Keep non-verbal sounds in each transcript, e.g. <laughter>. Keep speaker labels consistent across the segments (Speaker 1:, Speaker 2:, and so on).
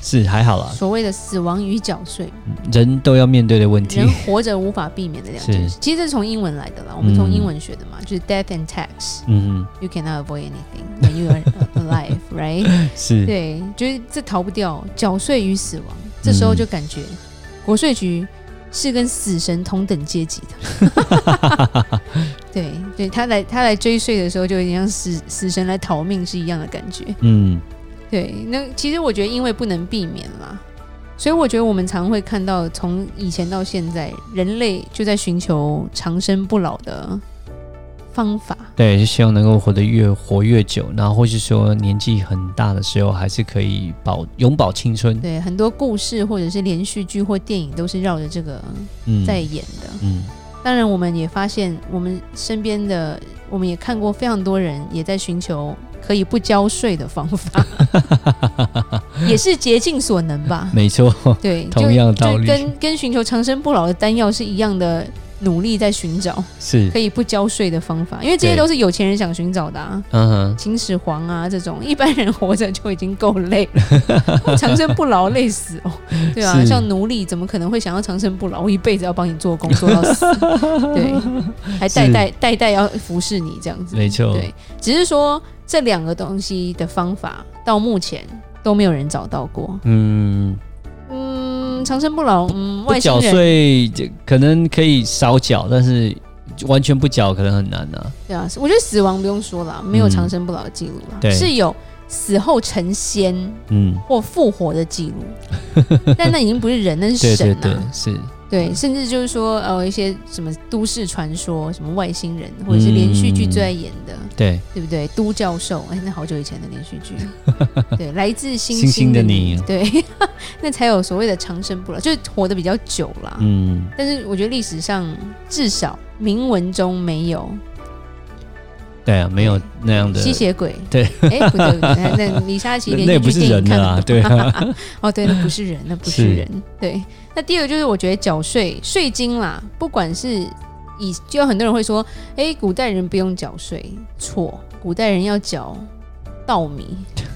Speaker 1: 是还好啦，
Speaker 2: 所谓的死亡与缴税，
Speaker 1: 人都要面对的问题
Speaker 2: 人。活着无法避免的两件事，其实这是从英文来的啦，我们从英文学的嘛，就是 death and tax。
Speaker 1: <laughs> 嗯，
Speaker 2: You cannot avoid anything when you are alive, right？
Speaker 1: 是
Speaker 2: 对，就是这逃不掉缴税与死亡。这时候就感觉国税局是跟死神同等阶级的。对，对他来他来追税的时候，就有点像死死神来逃命是一样的感觉。
Speaker 1: 嗯，
Speaker 2: 对，那其实我觉得，因为不能避免啦，所以我觉得我们常会看到，从以前到现在，人类就在寻求长生不老的方法。
Speaker 1: 对，就希望能够活得越活越久，然后或是说年纪很大的时候，还是可以保永葆青春。
Speaker 2: 对，很多故事或者是连续剧或电影都是绕着这个
Speaker 1: 嗯，
Speaker 2: 在演的。
Speaker 1: 嗯
Speaker 2: 当然，我们也发现，我们身边的，我们也看过非常多人也在寻求可以不交税的方
Speaker 1: <laughs>
Speaker 2: 法，也是竭尽所能
Speaker 1: <laughs>
Speaker 2: 吧。
Speaker 1: 没错，
Speaker 2: 对，就
Speaker 1: 同样的道理
Speaker 2: 就跟跟寻求长生不老的丹药是一样的努力在寻找
Speaker 1: 是，
Speaker 2: 可以不交税的方法，因为这些
Speaker 1: 对
Speaker 2: 都是有钱人想寻找的、啊。
Speaker 1: 嗯哼。
Speaker 2: 秦始皇啊，这种一般人活着就已经够累
Speaker 1: <laughs>
Speaker 2: 了，长生不老累死哦，对啊，
Speaker 1: 是
Speaker 2: 像奴隶怎么可能会想要长生不老？我一辈子要帮你做工做到
Speaker 1: <laughs>
Speaker 2: 死，对，还代
Speaker 1: 是
Speaker 2: 代代代要服侍你这样子，
Speaker 1: 没错
Speaker 2: 对，只是说这两个东西的方法到目前都没有人找到过，
Speaker 1: 嗯，
Speaker 2: 嗯，长生不老，嗯，
Speaker 1: 不
Speaker 2: 外
Speaker 1: 缴
Speaker 2: 星人
Speaker 1: 税这可能可以少缴，但是完全不缴可能很难啊。
Speaker 2: 对啊，我觉得死亡不用说了，没有
Speaker 1: 嗯
Speaker 2: 长生不老的记录啦，
Speaker 1: 对
Speaker 2: 是有死后成仙
Speaker 1: 嗯，
Speaker 2: 或复活的记录，但那已经不是人，那是
Speaker 1: 对
Speaker 2: 神
Speaker 1: 对
Speaker 2: 啊，
Speaker 1: 对，是，
Speaker 2: 对甚至就是说呃一些什么都市传说，什么外星人，或者是连续剧
Speaker 1: 嗯
Speaker 2: 最爱演的，
Speaker 1: 对，
Speaker 2: 对不对？都教授，哎，那好久以前的连续剧，
Speaker 1: <laughs>
Speaker 2: 对，来自星
Speaker 1: 星星的
Speaker 2: 的
Speaker 1: 你
Speaker 2: 对， <laughs> 那才有所谓的长生不老，就是活得比较久啦，
Speaker 1: 嗯，
Speaker 2: 但是我觉得历史上至少铭文中没有
Speaker 1: 对啊，没有那样的，
Speaker 2: 吸血鬼。
Speaker 1: 对，
Speaker 2: 哎、不对不对，那李莎奇
Speaker 1: 那
Speaker 2: 连
Speaker 1: 那也不
Speaker 2: 续剧
Speaker 1: 是
Speaker 2: 电
Speaker 1: 人
Speaker 2: 影看
Speaker 1: 的
Speaker 2: 得
Speaker 1: 啊，
Speaker 2: 懂
Speaker 1: 对
Speaker 2: <laughs>
Speaker 1: 啊，
Speaker 2: 哦，对，那不是人，那不是
Speaker 1: 是
Speaker 2: 人。对，那第二个就是我觉得缴税税金啦，不管是以就有很多人会说，哎，古代人不用缴税，错，古代人要缴稻米、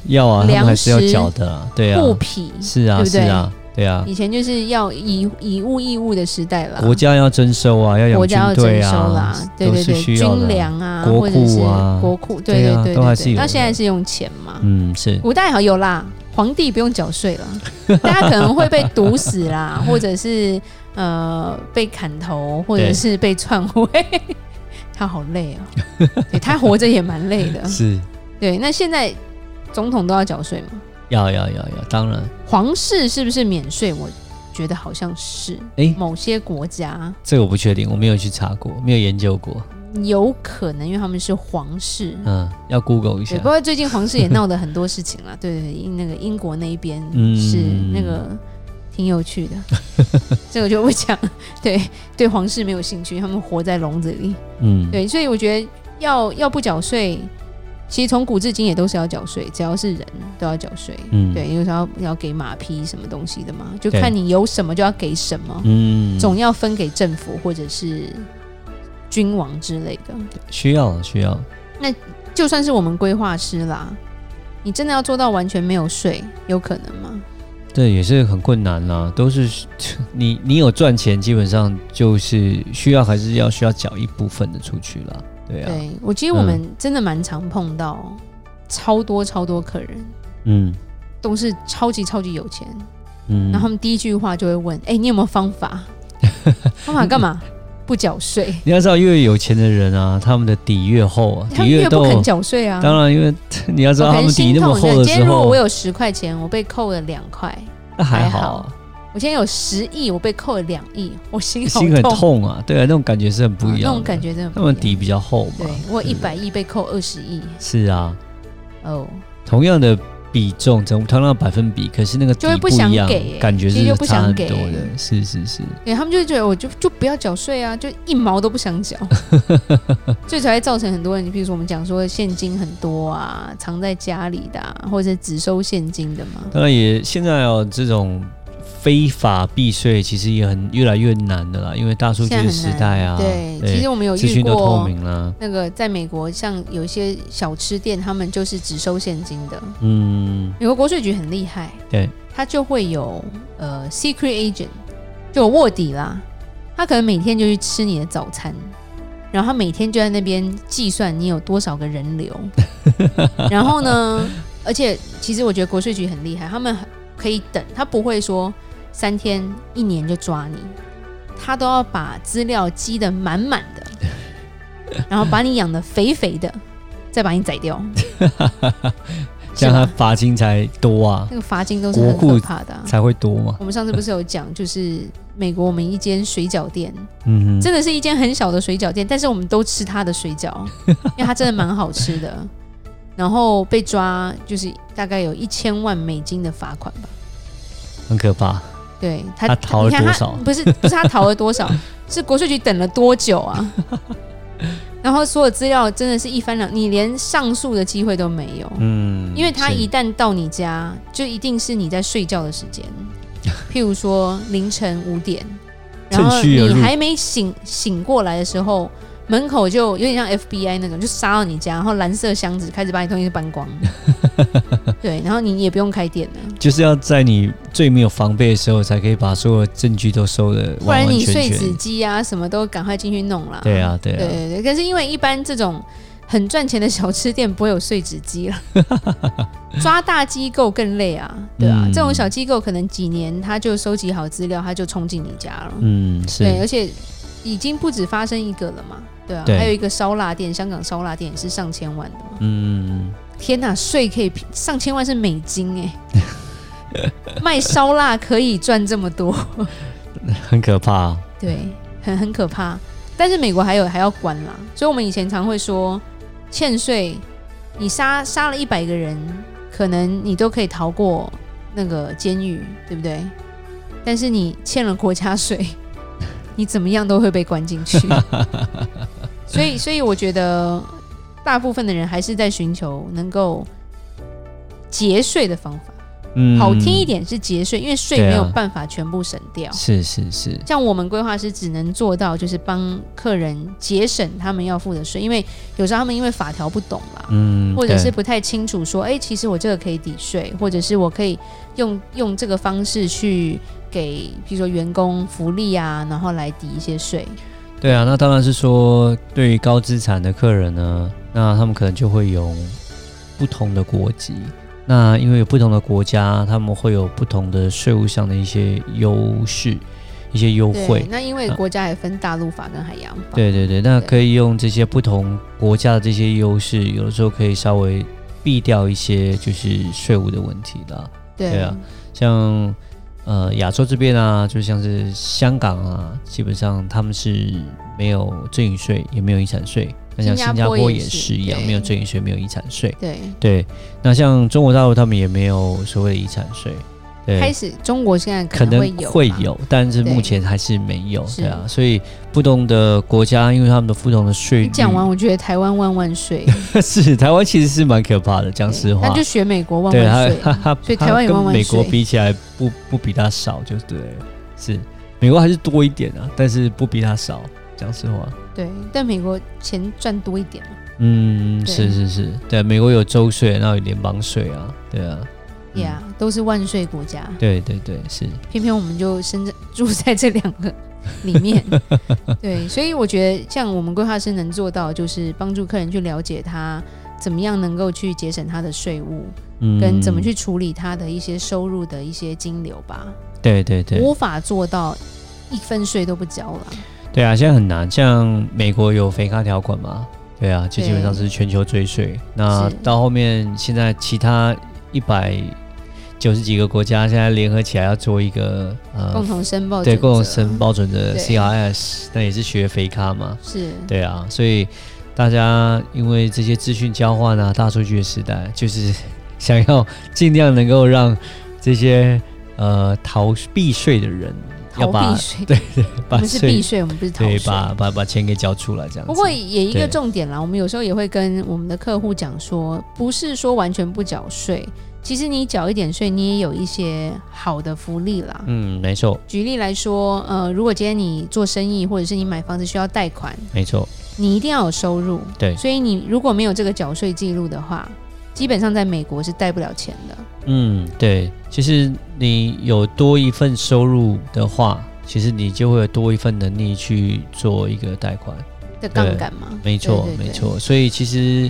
Speaker 1: 要啊，他
Speaker 2: 粮
Speaker 1: 们
Speaker 2: 食
Speaker 1: 还是要缴的啊，对啊，
Speaker 2: 布匹，
Speaker 1: 是啊，
Speaker 2: 对不
Speaker 1: 是
Speaker 2: 对
Speaker 1: 啊，对啊，
Speaker 2: 以前就是要以以物易物的时代啦。
Speaker 1: 国家要征收啊，要
Speaker 2: 国
Speaker 1: 养
Speaker 2: 家要
Speaker 1: 军
Speaker 2: 征
Speaker 1: 队
Speaker 2: 收啦
Speaker 1: 啊，，
Speaker 2: 对
Speaker 1: 都
Speaker 2: 对
Speaker 1: 是
Speaker 2: 对，
Speaker 1: 需要
Speaker 2: 军
Speaker 1: 的啊。
Speaker 2: 粮啊，
Speaker 1: 国
Speaker 2: 或者是
Speaker 1: 库啊
Speaker 2: 国库，对
Speaker 1: 对
Speaker 2: 对
Speaker 1: 啊
Speaker 2: 对
Speaker 1: 都还
Speaker 2: 对
Speaker 1: 是
Speaker 2: 对。
Speaker 1: 有
Speaker 2: 那现
Speaker 1: 的
Speaker 2: 在是用钱嘛？
Speaker 1: 嗯，是，
Speaker 2: 古代好有啦，皇帝不用缴税了，大家可能会被毒死啦，或者是呃被砍头，或者是被篡位。他好累哦，对他活着也蛮
Speaker 1: <laughs>
Speaker 2: 累的。
Speaker 1: 是，
Speaker 2: 对，那现在总统都要缴税吗？
Speaker 1: 要要要要，当然，
Speaker 2: 皇室是不是免税？我觉得好像是，
Speaker 1: 诶
Speaker 2: 某些国家
Speaker 1: 这个我不确定，我没有去查过，没有研究过，
Speaker 2: 有可能，因为他们是皇室。
Speaker 1: 嗯，要 Google 一下
Speaker 2: 对，不，过最近皇室也闹了很多
Speaker 1: <laughs>
Speaker 2: 事情啦。对对对，那个英国那一边
Speaker 1: 嗯
Speaker 2: 是那个挺有趣的，
Speaker 1: <laughs>
Speaker 2: 这个就不讲。对对，皇室没有兴趣，他们活在笼子里。
Speaker 1: 嗯，
Speaker 2: 对，所以我觉得要要不缴税，其实从古至今也都是要缴税，只要是人都要缴税。
Speaker 1: 嗯，
Speaker 2: 对，有时候要给马匹什么东西的嘛，就
Speaker 1: 对
Speaker 2: 看你有什么就要给什么，
Speaker 1: 嗯，
Speaker 2: 总要分给政府或者是君王之类的。
Speaker 1: 需要需要，
Speaker 2: 就算是我们规划师啦，你真的要做到完全没有税，有可能吗？
Speaker 1: 这也是很困难啦，都是 <laughs> 你你有赚钱，基本上就是需要还是要需要缴一部分的出去啦，对啊，
Speaker 2: 对我其实我们真的蛮常碰到超多超多客人，
Speaker 1: 嗯
Speaker 2: 都是超级超级有钱，
Speaker 1: 嗯，
Speaker 2: 然后他们第一句话就会问：“哎、你有没有方
Speaker 1: <laughs>
Speaker 2: 法？方法干嘛？不缴税，
Speaker 1: 你要知道，越有钱的人啊，他们的底越厚啊，
Speaker 2: 他
Speaker 1: 底
Speaker 2: 们越不
Speaker 1: 厚
Speaker 2: 肯，缴税啊。”
Speaker 1: 当然，因为 <laughs> 你要知道他们底那么厚的时
Speaker 2: 今天如果
Speaker 1: 候
Speaker 2: 我，有十块钱，我被扣了两块；
Speaker 1: 那还
Speaker 2: 还
Speaker 1: 好
Speaker 2: 好
Speaker 1: 啊，
Speaker 2: 我今天有十亿，我被扣了两亿，我心好
Speaker 1: 心很
Speaker 2: 痛，
Speaker 1: 痛啊，对啊，那种感觉是很不一样的，
Speaker 2: 那种感觉真的不
Speaker 1: 他
Speaker 2: 一样
Speaker 1: 们底比较厚嘛
Speaker 2: 对，我
Speaker 1: 是
Speaker 2: 一百亿被扣二十亿，
Speaker 1: 是啊，
Speaker 2: 哦，
Speaker 1: 同样的比重，同同样的百分比，可是那个
Speaker 2: 就会
Speaker 1: 底
Speaker 2: 不
Speaker 1: 不
Speaker 2: 想
Speaker 1: 一样，
Speaker 2: 给欸
Speaker 1: 感觉
Speaker 2: 其实
Speaker 1: 是
Speaker 2: 就不
Speaker 1: 差
Speaker 2: 想
Speaker 1: 很
Speaker 2: 给
Speaker 1: 多
Speaker 2: 欸
Speaker 1: 的。是是是，
Speaker 2: 对他们就会觉得我就就不要缴税啊，就一毛都不想缴， <laughs> 所以才会造成很多人，比如说我们讲说现金很多啊，藏在家里的、啊，或者只收现金的嘛。
Speaker 1: 当然也现在哦，这种非法避税其实也很越来越难的啦，因为大数据
Speaker 2: 现在
Speaker 1: 的
Speaker 2: 很
Speaker 1: 时
Speaker 2: 难
Speaker 1: 代啊，
Speaker 2: 对，其实我们有
Speaker 1: 资
Speaker 2: 遇
Speaker 1: 讯都透
Speaker 2: 过
Speaker 1: 明啦，
Speaker 2: 那个在美国，像有一些小吃店，他们就是只收现金的。
Speaker 1: 嗯，
Speaker 2: 美国国税局很厉害，
Speaker 1: 对，
Speaker 2: 他就会有呃 secret agent，就有卧底啦。他可能每天就去吃你的早餐，然后他每天就在那边计算你有多少个
Speaker 1: <laughs>
Speaker 2: 人流，然后呢，而且其实我觉得国税局很厉害，他们可以等，他不会说三天一年就抓你，他都要把资料积得满满的，
Speaker 1: <laughs>
Speaker 2: 然后把你养得肥肥的，再把你宰掉，
Speaker 1: 这
Speaker 2: 是
Speaker 1: 样它
Speaker 2: 吧？
Speaker 1: 罚金才多啊，
Speaker 2: 那个罚金都是很
Speaker 1: 国
Speaker 2: 可
Speaker 1: 库
Speaker 2: 怕的啊、
Speaker 1: 才会多嘛，
Speaker 2: 我们上次不是有讲，就是美国我们一间水饺店，
Speaker 1: 嗯哼，
Speaker 2: 真的是一间很小的水饺店，但是我们都吃它的水
Speaker 1: <laughs>
Speaker 2: 饺，因为它真的蛮好吃的。然后被抓就是大概有一千万美金的罚款吧。
Speaker 1: 很可怕，
Speaker 2: 对他，
Speaker 1: 他逃了
Speaker 2: 你看
Speaker 1: 多
Speaker 2: 他
Speaker 1: 少
Speaker 2: 不是不是他逃了多少，
Speaker 1: <laughs>
Speaker 2: 是国税局等了多久啊？ <laughs> 然后所有资料真的是一翻两，你连上诉的机会都没有。
Speaker 1: 嗯，
Speaker 2: 因为他
Speaker 1: 是
Speaker 2: 一旦到你家，就一定是你在睡觉的时
Speaker 1: <laughs>
Speaker 2: 间，譬如说凌晨五点，然后
Speaker 1: 趁虚而
Speaker 2: 你
Speaker 1: 入
Speaker 2: 还没醒醒过来的时候，门口就有点像 FBI 那种，就杀到你家，然后蓝色箱子开始把你东西搬
Speaker 1: <laughs>
Speaker 2: 光，对，然后你也不用开店了，
Speaker 1: 就是要在你最没有防备的时候，才可以把所有证据都收的
Speaker 2: 不然
Speaker 1: 完完
Speaker 2: 你
Speaker 1: 全
Speaker 2: 碎纸
Speaker 1: 全。
Speaker 2: 机啊什么都赶快进去弄啦。
Speaker 1: 对啊，对
Speaker 2: 对
Speaker 1: 啊，
Speaker 2: 对对，可是因为一般这种很赚钱的小吃店不会有碎纸
Speaker 1: <laughs>
Speaker 2: 机了，抓大机构更累啊，对啊，
Speaker 1: 嗯
Speaker 2: 这种小机构可能几年他就收集好资料，他就冲进你家了，
Speaker 1: 嗯，是
Speaker 2: 对，而且已经不止发生一个了嘛，对啊，
Speaker 1: 对
Speaker 2: 还有一个烧腊店，香港烧腊店也是上千万的嘛，
Speaker 1: 嗯，
Speaker 2: 天呐，税可以平上千万是美金
Speaker 1: <laughs>
Speaker 2: 哎、卖烧腊可以赚这么多，
Speaker 1: 很可怕。
Speaker 2: 对，很很可怕。但是美国还有还要关啦，所以我们以前常会说，欠税，你杀杀了一百个人，可能你都可以逃过那个监狱，对不对？但是你欠了国家税， <laughs> 你怎么样都会被关进
Speaker 1: <laughs>
Speaker 2: 去。所以，所以我觉得大部分的人还是在寻求能够节税的方法，
Speaker 1: 嗯，
Speaker 2: 好听一点是节税，因为税
Speaker 1: 对啊
Speaker 2: 没有办法全部省掉。
Speaker 1: 是是是，
Speaker 2: 像我们规划师只能做到就是帮客人节省他们要付的税，因为有时候他们因为法条不懂啦，
Speaker 1: 嗯，
Speaker 2: 或者是
Speaker 1: 对
Speaker 2: 不太清楚说，哎、其实我这个可以抵税，或者是我可以用用这个方式去给，比如说员工福利啊，然后来抵一些税。
Speaker 1: 对啊，那当然是说，对于高资产的客人呢，那他们可能就会有不同的国籍。那因为有不同的国家，他们会有不同的税务上的一些优势、一些优惠
Speaker 2: 对，。那因为国家也分大陆法跟海洋法。
Speaker 1: 对对对，那
Speaker 2: 对
Speaker 1: 可以用这些不同国家的这些优势，有的时候可以稍微避掉一些就是税务的问题啦。
Speaker 2: 对
Speaker 1: 对啊像呃亚洲这边啊，就像是香港啊，基本上他们是没有赠与税，也没有遗产税。那像
Speaker 2: 新
Speaker 1: 新
Speaker 2: 加
Speaker 1: 加
Speaker 2: 坡
Speaker 1: 坡
Speaker 2: 也
Speaker 1: 也
Speaker 2: 是
Speaker 1: 是一样，
Speaker 2: 对
Speaker 1: 没有赠与税，没有遗产税。
Speaker 2: 对
Speaker 1: 对，那像中国大陆他们也没有所谓的遗产税。对，
Speaker 2: 开始中国现在
Speaker 1: 可
Speaker 2: 能
Speaker 1: 能
Speaker 2: 会有
Speaker 1: 会
Speaker 2: 吧，
Speaker 1: 有，但是
Speaker 2: 对
Speaker 1: 目前还是没有，
Speaker 2: 是
Speaker 1: 对啊，所以不同的国家，因为他们的不同的税
Speaker 2: 你
Speaker 1: 率，
Speaker 2: 讲完，我觉得台湾万
Speaker 1: <laughs>
Speaker 2: 万税，
Speaker 1: 是台湾其实是蛮可怕的，讲实话
Speaker 2: 那就，学美国万
Speaker 1: 对
Speaker 2: 万
Speaker 1: 它
Speaker 2: 税啊。
Speaker 1: 它它
Speaker 2: 所以
Speaker 1: 它
Speaker 2: 台湾有
Speaker 1: 跟
Speaker 2: 万万
Speaker 1: 美国
Speaker 2: 税
Speaker 1: 比起来不不比它少，就对了，是美国还是多一点啊，但是不比它少，讲实话，
Speaker 2: 对，但美国钱赚多一点嘛，
Speaker 1: 嗯，
Speaker 2: 对
Speaker 1: 是是是，对，美国有州税，然后有联邦税啊，对啊，嗯
Speaker 2: 呀、都是万税国家，
Speaker 1: 对对对，是，
Speaker 2: 偏偏我们就生在 <laughs> 住在这两个里
Speaker 1: <laughs>
Speaker 2: 面。对，所以我觉得像我们规划师能做到，就是帮助客人去了解他怎么样能够去节省他的税务，
Speaker 1: 嗯，
Speaker 2: 跟怎么，去处理他的一些收入的一些金流吧。
Speaker 1: 对对对，
Speaker 2: 无法做到一分税都不交了。
Speaker 1: 对啊，现在很难。像美国有肥咖条款嘛，对啊，就
Speaker 2: 对
Speaker 1: 基本上是全球追税。那
Speaker 2: 是
Speaker 1: 到后面，现在其他一百九十几个国家现在联合起来要做一个呃
Speaker 2: 共，同申报
Speaker 1: 对
Speaker 2: 准则
Speaker 1: 共同申报准的
Speaker 2: 对
Speaker 1: CRS，那也是学肥咖嘛，
Speaker 2: 是
Speaker 1: 对啊，所以大家因为这些资讯交换啊，大数据的时代，就是 <laughs> 想要尽量能够让这些呃逃避税的人要
Speaker 2: 逃
Speaker 1: 把
Speaker 2: 避税，我
Speaker 1: 把
Speaker 2: 们是避
Speaker 1: 税
Speaker 2: 税，我们不是逃
Speaker 1: 对
Speaker 2: 税。
Speaker 1: 把把把钱给交出来这样子。
Speaker 2: 不过也一个
Speaker 1: 对
Speaker 2: 重点啦，我们有时候也会跟我们的客户讲说，不是说完全不缴税，其实你缴一点税，你也有一些好的福利啦。
Speaker 1: 嗯，没错
Speaker 2: 举例来说，呃，如果今天你做生意或者是你买房子需要贷款，
Speaker 1: 没错，
Speaker 2: 你一定要有收入，
Speaker 1: 对
Speaker 2: 所以你如果没有这个缴税记录的话，基本上在美国是贷不了钱的。
Speaker 1: 嗯对，其实你有多一份收入的话，其实你就会有多一份能力去做一个贷款。
Speaker 2: 的杠杆嘛，
Speaker 1: 没错
Speaker 2: 对，对对
Speaker 1: 没错。所以其实，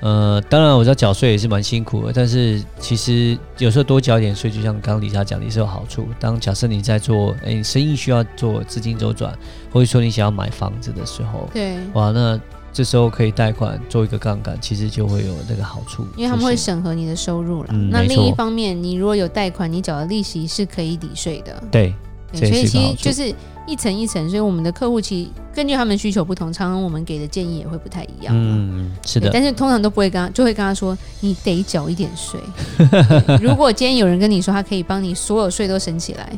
Speaker 1: 呃，当然我知道缴税也是蛮辛苦的，但是其实有时候多缴一点税，就像刚刚李莎讲的，也是有好处。当假设你在做，哎、你生意需要做资金周转，或者说你想要买房子的时候，
Speaker 2: 对，
Speaker 1: 哇，那这时候可以贷款做一个杠杆，其实就会有那个好处。
Speaker 2: 因为他们会
Speaker 1: 就是
Speaker 2: 审核你的收入了。
Speaker 1: 嗯
Speaker 2: 那
Speaker 1: 没
Speaker 2: 另
Speaker 1: 错
Speaker 2: 一方面，你如果有贷款，你缴的利息是可以抵税的。
Speaker 1: 对，
Speaker 2: 对
Speaker 1: 这也
Speaker 2: 所
Speaker 1: 是一个
Speaker 2: 以其
Speaker 1: 好
Speaker 2: 实
Speaker 1: 处
Speaker 2: 就是一层一层，所以我们的客户其实根据他们需求不同，常常我们给的建议也会不太一样。嗯，
Speaker 1: 嗯，是的
Speaker 2: 对，但是通常都不会跟他，就会跟他说你得缴一点税。对如果今天有人跟你说他可以帮你所有税都省起来，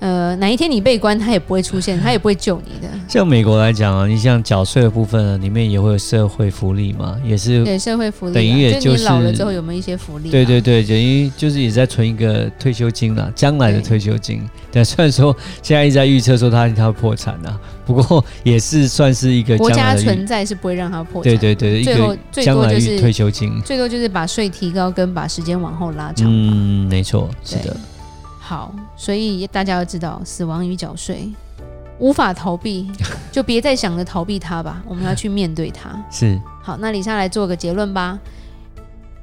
Speaker 2: 呃，哪一天你被关，他也不会
Speaker 1: <laughs>
Speaker 2: 出现，他也不会救你的。
Speaker 1: 像美国来讲啊，你像缴税的部分啊，里面也会有社会福利嘛，也是
Speaker 2: 对社会福利啊，
Speaker 1: 等于也
Speaker 2: 就
Speaker 1: 就是
Speaker 2: 你老了之后有没有一些福利啊？
Speaker 1: 对对对，等于就是也在存一个退休金啦，将来的
Speaker 2: 对
Speaker 1: 退休金。对，虽然说现在一直在预测说它它会破产啦，不过也是算是一个
Speaker 2: 国
Speaker 1: 将来
Speaker 2: 家
Speaker 1: 的预
Speaker 2: 存在是不会让它破产。
Speaker 1: 对对对，一
Speaker 2: 最后
Speaker 1: 个
Speaker 2: 最
Speaker 1: 将
Speaker 2: 多
Speaker 1: 来
Speaker 2: 就
Speaker 1: 预退
Speaker 2: 是
Speaker 1: 休金。
Speaker 2: 最多就是把税提高跟把时间往后拉长。
Speaker 1: 嗯，没错，是
Speaker 2: 对
Speaker 1: 的，
Speaker 2: 好，所以大家要知道，死亡与缴税无法逃避，就别再想着逃避它吧，我们要去面对它。
Speaker 1: 是
Speaker 2: 好，那李莎来做个结论吧。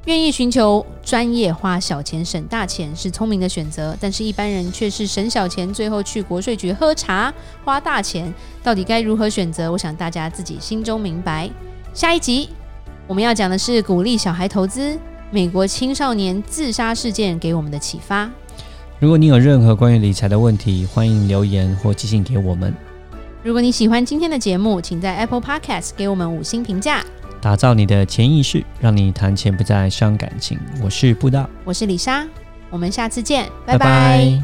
Speaker 2: 愿意寻求专业花小钱省大钱是聪明的选择，但是一般人却是省小钱，最后去国税局喝茶花大钱，到底该如何选择？我想大家自己心中明白。下一集我们要讲的是鼓励小孩投资，美国青少年自杀事件给我们的启发。
Speaker 1: 如果你有任何关于理财的问题，欢迎留言或寄信给我们，
Speaker 2: 如果你喜欢今天的节目，请在 Apple Podcast 给我们五星评价。
Speaker 1: 打造你的潜意识，让你谈钱不再伤感情。我是布大，
Speaker 2: 我是李莎，我们下次见，拜拜